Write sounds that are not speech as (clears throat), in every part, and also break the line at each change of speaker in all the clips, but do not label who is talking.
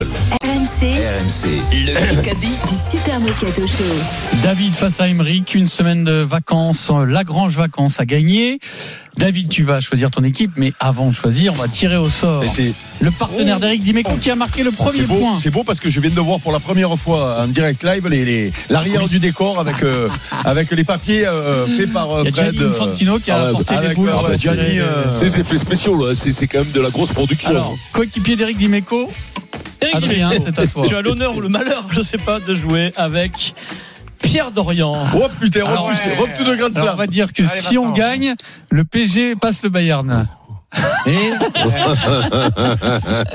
RMC
RMC,
(clears throat)
le Kikadi.
du Super Moscato Show.
David face à Emeric, une semaine de vacances, euh, Lagrange Vacances à gagner. David, tu vas choisir ton équipe, mais avant de choisir, on va tirer au sort
Et c'est- Oh.
le partenaire d'Eric Dimeco qui a marqué le premier
C'est beau,
point.
c'est beau parce que je viens de voir pour la première fois hein, en direct live les- les- l'arrière du décor avec, euh, avec les papiers euh, faits par euh,
Il y a
Fred.
Gianni Infantino qui a
euh,
apporté des
avec,
boules.
euh,
Ah bah, c'est-
Gianni, euh,
C'est ces effets spéciaux, là. C'est, c'est quand même de la grosse production.
Alors, coéquipier d'Eric Dimeco, Adrien, c'est à toi.
Tu as l'honneur ou le malheur, je sais pas, de jouer avec Pierre Dorian.
Oh putain,
Alors,
repousse,
ouais.
repousse de Grand
Alors, on
Slam.
va dire que si on gagne, le PG passe le Bayern.
Oh.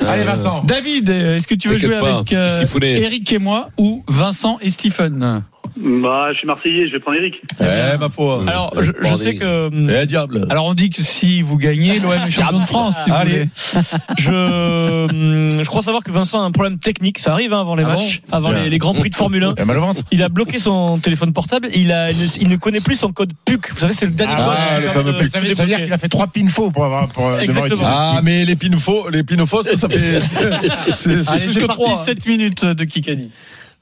Allez Vincent.
David, est-ce que tu veux jouer
T'inquiète pas,
avec euh,
siphonné.
Eric et moi ou Vincent et Stephen
Bah, je suis Marseillais, je vais prendre Eric.
Eh, ma foi.
Alors, je, je sais que. hum,
Eh, diable.
Alors on dit que si vous gagnez, l'OM est champion de France. Si vous
Allez.
voulez.
(laughs) Je, hum, je crois savoir que Vincent a un problème technique, ça arrive hein, avant les
Ah
matchs, avant
Bien.
les, les grands prix de
(laughs)
Formule 1.
Il a mal au ventre.
Il a bloqué son téléphone portable, il, a, il, ne, il ne connaît plus son code PUC. Vous savez, c'est le dernier
Ah,
code.
le
qui
fameux
permet de-
PUC.
Ça
de
veut, ça veut dire
débloquer.
qu'il a fait trois pinfos pour avoir pour euh, devoir
Exactement.
être-
Ah, mais les pinofos, les pinofos, ça fait. c'est- c'est-
Allez,
C'est
jusque
parti,
trois, hein.
7 minutes de Kikadi. Hum.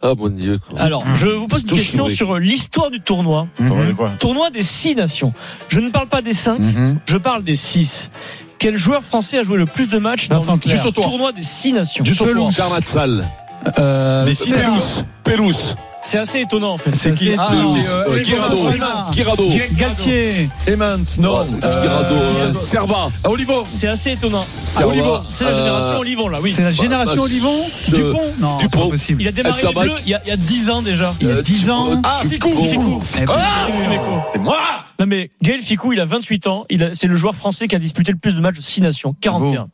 Ah, mon Dieu. quoi.
Alors, je vous pose une
Touche,
question
oui.
sur l'histoire du tournoi.
Attends, de quoi
Tournoi des six nations. Je ne parle pas des cinq, je parle des six. Quel joueur français a joué le plus de matchs dans
Vincent
le
Clerc.
tournoi des six nations
Du sautoir.
Carnatsal.
Euh,
Les six
Pérouse. Pérouse.
C'est assez étonnant en fait.
c'est qui
Ah,
Pérouse.
c'est, euh,
Euh, Guirado.
Evans.
Guirado.
Galtier.
Evans, non. Euh,
Guirado. euh, Serva.
Olivo.
C'est assez étonnant. Ah,
Serva,
Olivon, c'est la
euh,
génération Olivon là, oui.
C'est la génération
bah,
Olivon.
ce-
Dupont. Non, c'est pas
Dupont.
possible.
Il a démarré les
Tabac.
Bleus il y a, il y a 10 ans déjà.
Il y a
Euh,
10
tu-
ans.
Ah, Ficou. Ficou.
Eh ben,
C'est moi.
Ah, Non mais Gaël Ficou, il a 28 ans, il a- c'est le joueur français qui a disputé le plus de matchs de 6 nations, 41.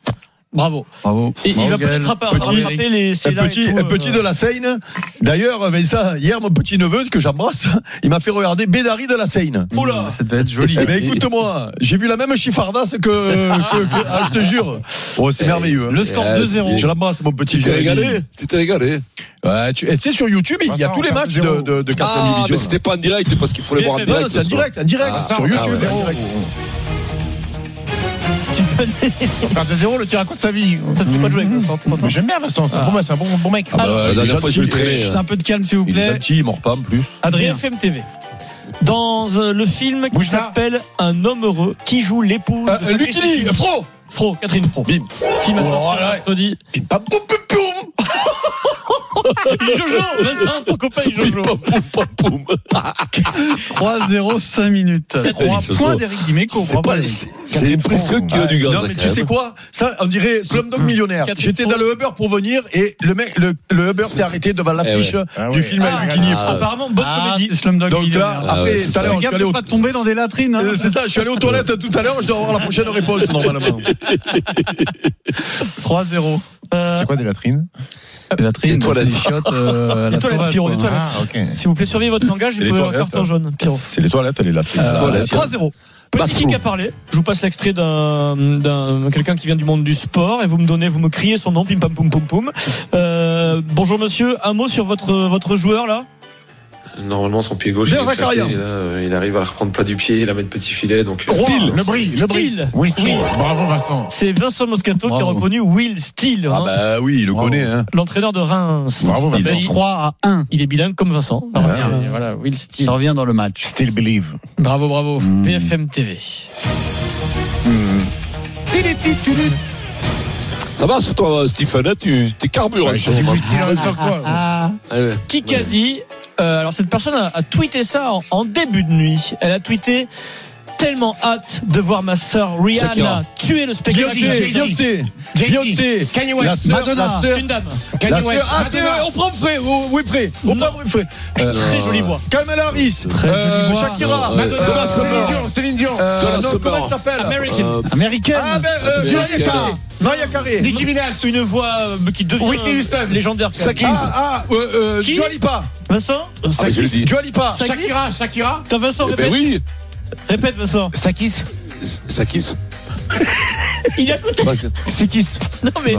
Bravo.
Bravo.
Et il va
Bravo, Gaël.
peut-être rappa-
Bravo,
rattraper,
Eric.
les
Un
Célas et
petit,
tout,
un
euh,
petit de la Seine. D'ailleurs, Vincent, hier, mon petit neveu que j'embrasse, il m'a fait regarder Bédari de la Seine.
Oh là
Ça devait être joli.
Eh ben, écoute-moi, j'ai vu la même chiffardasse que, que- que- ah, je te jure. Oh, c'est merveilleux. hein.
Le score
Eh,
2-0.
c'est-
Je l'embrasse, mon petit.
Tu t'es
Jérémy.
régalé Tu t'es régalé
Ouais, tu et tu sais, sur YouTube, il y a
Vincent,
tous les
on
matchs de,
perd
de, de Carson
Ah, mais
Division.
c'était pas en direct parce qu'il faut les voir en
BFM,
Non,
direct.
non, c'est en
ce soir.
direct, en direct,
Ah,
sur
ah,
YouTube.
ouais.
en direct.
Stephen,
Enfin, de zéro, le tir à quoi de sa vie
ça te fait pas de jouer avec Vincent, t'es content
Mais J'aime bien Vincent, c'est un bon mec, c'est un bon, bon mec.
Ah, bah,
Euh, La
il est
dernière fois,
gentil,
je le
il est-
traînais. hein. (laughs)
Chut, Un peu de calme, s'il vous
Il est
plaît.
gentil, il mord pas en plus.
Adrien.
BFM TV. Dans euh, le film qui
Bouge ça.
s'appelle Un homme heureux, qui joue l'épouse
Euh,
de Patrice
Lucini,
Lucchini.
Fro
Fro, Catherine Fro.
Bim.
Film à
Oh,
sortir
là.
mercredi.
Pim, pam, poum, poum, poum.
Jojo, Vincent, ton copain il est Jojo.
3-0, 5 minutes.
C'est
3
terrible, ce
points
soir.
d'Eric Dimeco.
C'est
Bravo,
pas-
Eric.
c'est- C'est l'impression qu'il y a du gaz.
Non, mais
quand
tu sais
même.
quoi Ça, on dirait Slumdog Millionnaire.
Quatre
J'étais
fois.
dans le Uber pour venir et le mec, le, le Uber s'est arrêté devant
Eh
l'affiche
Ah
du
ouais.
film avec Lucini et Fro.
Apparemment, bonne
Ah,
comédie.
c'est Slumdog
Donc là,
Millionnaire.
Ah ouais,
après,
c'est
tout à
ça.
l'heure,
Fais
je suis
gaffe
allé
de
au
pas tomber dans des latrines. hein.
Euh, C'est ça, je suis allé aux toilettes tout à l'heure, je dois avoir la prochaine
(laughs)
réponse normalement.
3-0.
Euh,
C'est quoi des latrines
Des latrines,
Des
c'est
toilettes.
des chiottes. euh, à la
Des toilettes,
sauvage,
Pierrot,
quoi.
des toilettes.
Ah, ok.
S'il vous plaît, surveillez votre langage,
C'est
il
les
peut avoir
toilettes,
carton
hein.
jaune, Pierrot. Bah,
C'est les toilettes, elle est là.
Euh,
Toilettes.
3-0.
Petit
Bathroom.
qui a parlé. Je vous passe l'extrait d'un, d'un, quelqu'un qui vient du monde du sport et vous me donnez, vous me criez son nom, pim pam poum poum poum. Euh, bonjour monsieur, un mot sur votre, votre joueur là?
Normalement, son pied gauche,
Bien
il, est claqué,
Zakaria.
et là, euh, il arrive à le reprendre plat du pied, il la met de petit filet. Donc, euh,
Style, le bris, le bris.
Style.
Oui, style. Bravo Vincent.
C'est Vincent Moscato qui a
Bravo.
reconnu Will Steele,
Ah
hein,
bah oui, il le
Bravo.
connaît. Hein.
l'entraîneur de Reims.
Bravo
Il
Ils
Vincent.
ont
Bah,
3 à 1.
Il est bilingue comme Vincent. Ça
Ah,
revient,
ouais.
euh, voilà, Will Steele.
Ça revient dans le match.
Still believe.
Bravo, bravo.
Hmm.
BFM TV.
Ça va, c'est toi, Stephen, hein, tu t'es carbure. hein,
J'ai
sur-
vu style en même temps que toi.
Allez.
Qui qu'a dit euh, Alors cette personne a, a tweeté ça en, en début de nuit. Elle a tweeté tellement hâte de voir ma sœur Rihanna
Shakira.
tuer le spectacle.
Beyoncé,
ah.
Beyoncé, Beyoncé,
Kanye
la
West,
sœur,
Madonna.
la sœur,
C'est une dame.
la
Kanye West,
sœur, ah c'est vrai,
Madonna.
on prend Frey, oh, Winfrey, on prend Winfrey.
Très jolie voix.
Kamala Harris,
Très
euh,
jolie voix.
Shakira,
Ouais.
euh,
Donna
Madonna,
Summer.
Céline Dion, Céline Dion.
euh,
Donna
non,
Summer.
comment elle s'appelle
American.
Euh,
Américaine.
Ah ben, euh,
Américaine.
Julieta. Maria Carré.
Nicki Minaj. Une voix euh, qui devient
Whitney Houston.
euh, légendaire. quand même.
Sakis.
Ah, ah, euh, euh,
Qui
Dua Lipa.
Vincent
Ah, mais je le dis.
Dua Lipa.
Ça glisse
Shakira, Shakira.
Attends, Vincent,
Eh
répète.
ben oui,
Répète, Vincent.
Sakis.
(laughs)
Sakis.
Il est à côté.
Sekis.
Non, mais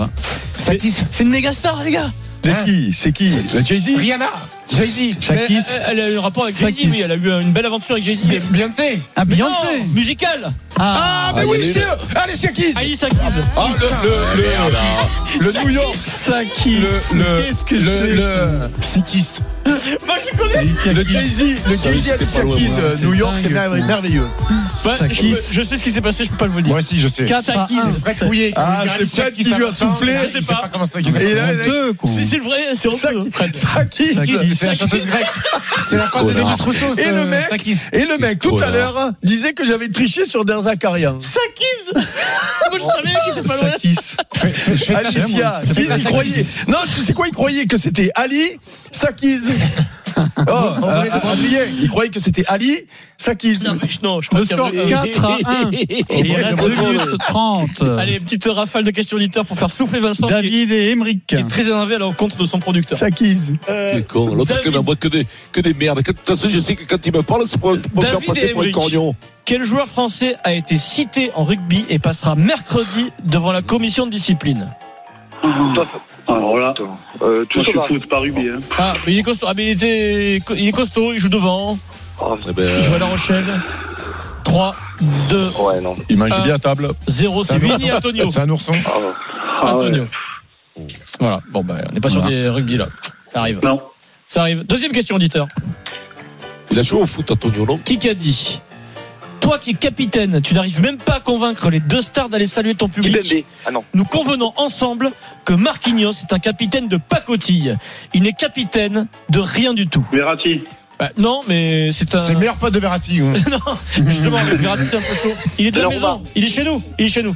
Sakis.
c'est une méga star, les gars.
C'est qui C'est qui Jay-Z
Rihanna. Jay-Z.
Mais,
Shakis.
euh, Elle a eu un rapport avec Jay-Z,
Sakis.
oui, elle a eu euh, une belle aventure avec Jay-Z.
Beyoncé.
Ah,
Mais non,
Beyoncé.
Musicale bah
Ah,
Ah,
mais
il y en a
oui,
eu
c'est eux Allez, Sakis
Alice Sakis.
Ah, le, le, le, le New York
Sakis.
Le- le-
Qu'est-ce que
le,
c'est
le,
Sikis.
Moi, je connais.
Alicia
le
Keys.
Jay-Z, le
Ça,
Jay-Z
c'était
Alicia
pas loin,
Keys,
moi.
euh,
C'est
New York,
dingue.
c'est mer- merveilleux.
Bah, je,
Sakis.
peux- je sais ce qui s'est passé, je peux pas le vous dire.
Moi aussi, je sais.
Quatre à
Sakis,
un.
Fred Couillet.
Ah, c'est Fred qui lui a soufflé.
Je
Je
sais
sais
pas.
pas comment ça.
Et là,
En deux, quoi.
Si c'est le vrai, c'est honteux. Fred.
Sakis.
Sakis.
C'est la chanteuse grecque. C'est la fin de
Connard.
Denis Rousseau.
Oh Et le mec
Sakis.
Et le mec, tout à
Voilà.
l'heure, disait que j'avais triché sur Der Zakarian.
Sakis (laughs) Moi, je savais qu'il était pas loin.
Sakis.
Alicia,
C'est
qui
pas
il
Sakis.
croyait Non, tu sais quoi, il croyait que c'était Ali, Sakis. Oh, euh, Adrien, il croyait que c'était Ali, Sakis.
Non, mais je- non, je euh, crois
Le
qu'il y
score
avait-
Oh,
4 à 1. Il
voilà,
reste 2
contrôle.
minutes 30.
Allez, petite rafale de questions auditeurs pour faire souffler Vincent. qui est-
David et Emeric.
Qui est très énervé à l'encontre de son producteur.
Sakis.
Euh,
Quel con. L'autre,
David-
il m'envoie que des, que des merdes. De toute façon, je sais que quand il me parle, c'est pour pour me faire
David et
passer pour un
Emeric.
cornion.
Quel joueur français a été cité en rugby et passera mercredi devant la commission de discipline
Alors là,
Ah, Euh, tout
moi je
ça
suis
va.
foot, pas rugby. Hein.
Ah, mais il est costaud. Ah, mais il, était... il est costaud, il joue devant,
Eh ben,
il joue à
euh,
La Rochelle. 3, 2,
Ouais, non.
Il mangeait
Ah.
bien à table.
0, c'est Vini Antonio.
C'est un ourson.
Ah, ouais.
Ah ouais.
Antonio. Voilà, bon, bah,
ben,
on n'est pas sur des rugby là. Ça arrive.
Ah Non.
Ça arrive. Deuxième question, auditeur.
il a joué au foot, Antonio, non?
Qui qu'a dit Toi qui es capitaine, tu n'arrives même pas à convaincre les deux stars d'aller saluer ton public.
Kipembe. Ah non.
Nous convenons ensemble que Marquinhos est un capitaine de pacotille. Il n'est capitaine de rien du tout.
Verratti.
Bah, non, mais c'est un.
C'est le meilleur pote de Verratti. hein.
Justement, le Verratti, c'est un peu chaud. Il est de la
Alors, on
maison. Il est chez nous. Il est chez nous.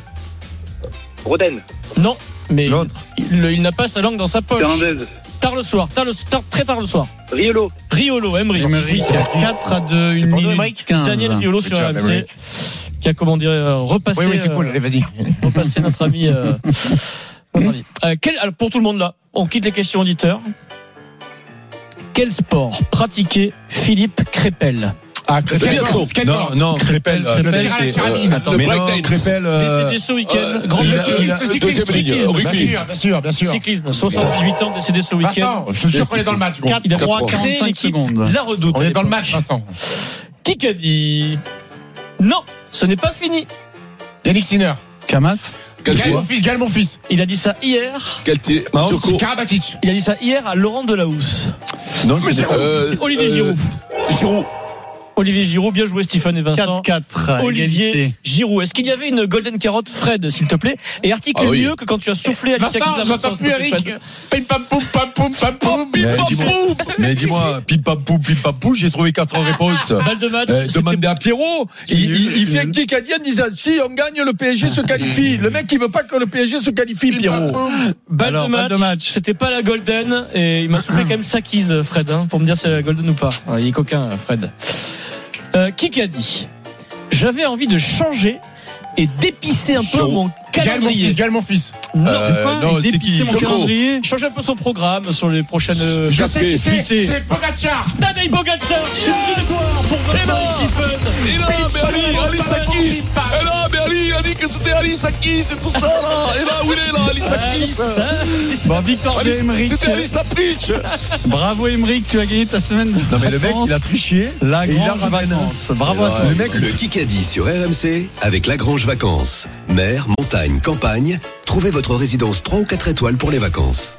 Roden.
Non, mais
L'autre.
il, il n'a pas sa langue dans sa poche.
Fernandez.
Tard le soir, tard le, tard- très tard le soir.
Riolo.
Riolo, Emery.
Emeric, 4 à 2,
C'est
1
pour nous,
minute
Emeric
15.
Daniel Riolo sur
Good job,
RMC,
Emery.
qui a comment dire euh, repassé.
Oui, oui, c'est
euh,
cool. Allez, vas-y.
On va passer notre ami. euh, notre ami. Euh, quel- alors, pour tout le monde là, on quitte les questions auditeurs. Quel sport pratiquait Philippe Crépel
Ah,
C'est bien, non.
Non, non, Crépel. euh,
Crépel,
c'est-
Crépel,
euh,
Crépel,
le
mais non,
breakdance.
Crépel, euh,
Décédé ce week-end,
euh,
grand
il a-
monsieur
il a-
Cyclisme,
deuxième
cyclisme,
ligne,
cyclisme.
rugby.
Bien sûr, bien sûr, bien sûr.
cyclisme, 78 ans, décédé ce week-end.
Vincent, je suis sûr qu'on est dans le match. gros.
4
Il a
3
quatre-trois.
45
L'équipe
secondes.
La redoute.
On
à
est dans le
l'époque.
match, Vincent.
Qui qu'a dit Non, ce n'est pas fini.
Yannick Sinner.
Camas
Gaël
Galtier,
mon fils, Gaël mon fils.
Il a dit ça hier.
Galtier, Turco,
Karabatic.
Il a dit ça hier à Laurent Delahousse.
Non, mais c'est
euh,
Olivier
euh,
Giroud.
Giroud.
Olivier Giroud, bien joué Stéphane et Vincent.
4-4.
Olivier Giroud. Est-ce qu'il y avait une golden carotte Fred, s'il te plaît Et articule
Ah oui.
mieux que quand tu as soufflé à Alicia Keys
Vincent,
à Vincent,
j'entends
s'il
plus
te plaît,
Eric.
Fred.
Pim pam poum pam poum pam poum.
Mais dis-moi- Mais dis-moi, pipapou, pipapou, j'ai trouvé 4 réponses.
Balle de match.
Euh,
bah, c'était-
demandez à Pierrot. Il,
Il est-
il- il
il
fait
est-
un Kikadi en disant si on gagne, le PSG se qualifie. Le mec, il veut pas que le PSG se qualifie, Pierrot.
balle,
Alors,
de match.
balle de match.
C'était pas la golden. Et il m'a soufflé quand même sa quise, Fred, hein, pour me dire si c'est la golden ou pas. Ah, Il est coquin, Fred. Euh, qui qui a dit J'avais envie de changer et d'épicer un peu
Giroud.
mon
Gaël mon
calendrier.
fils, Gaël mon fils.
Non,
Euh,
de quoi
non,
Et
c'est
d'épicer
qui
mon
Choco.
calendrier. Changer un peu son programme sur les prochaines. euh,
Je
sais qui
Gasquet.
c'est.
Poussé.
C'est Pogacar.
Tadej Pogacar, c'est une victoire pour Vincent Stephen.
Et là, mais Ali, Ali Sakis. Et là, mais Ali, a dit que c'était Ali Sakis, c'est pour ça, là. Et là, où il est, là, Ali
Euh,
Sakis.
Bon, victoire de
Ali-
Emeric.
C'était Ali Sapric.
Bravo Emeric, tu as gagné ta semaine de
Non, mais le mec,
vacances.
il a triché.
la
et il a
grande
ramené.
vacances. Bravo à toi.
Le mec,
Le Kikadi sur RMC avec Lagrange Vacances. Mer, montagne, campagne, trouvez votre résidence 3 ou 4 étoiles pour les vacances.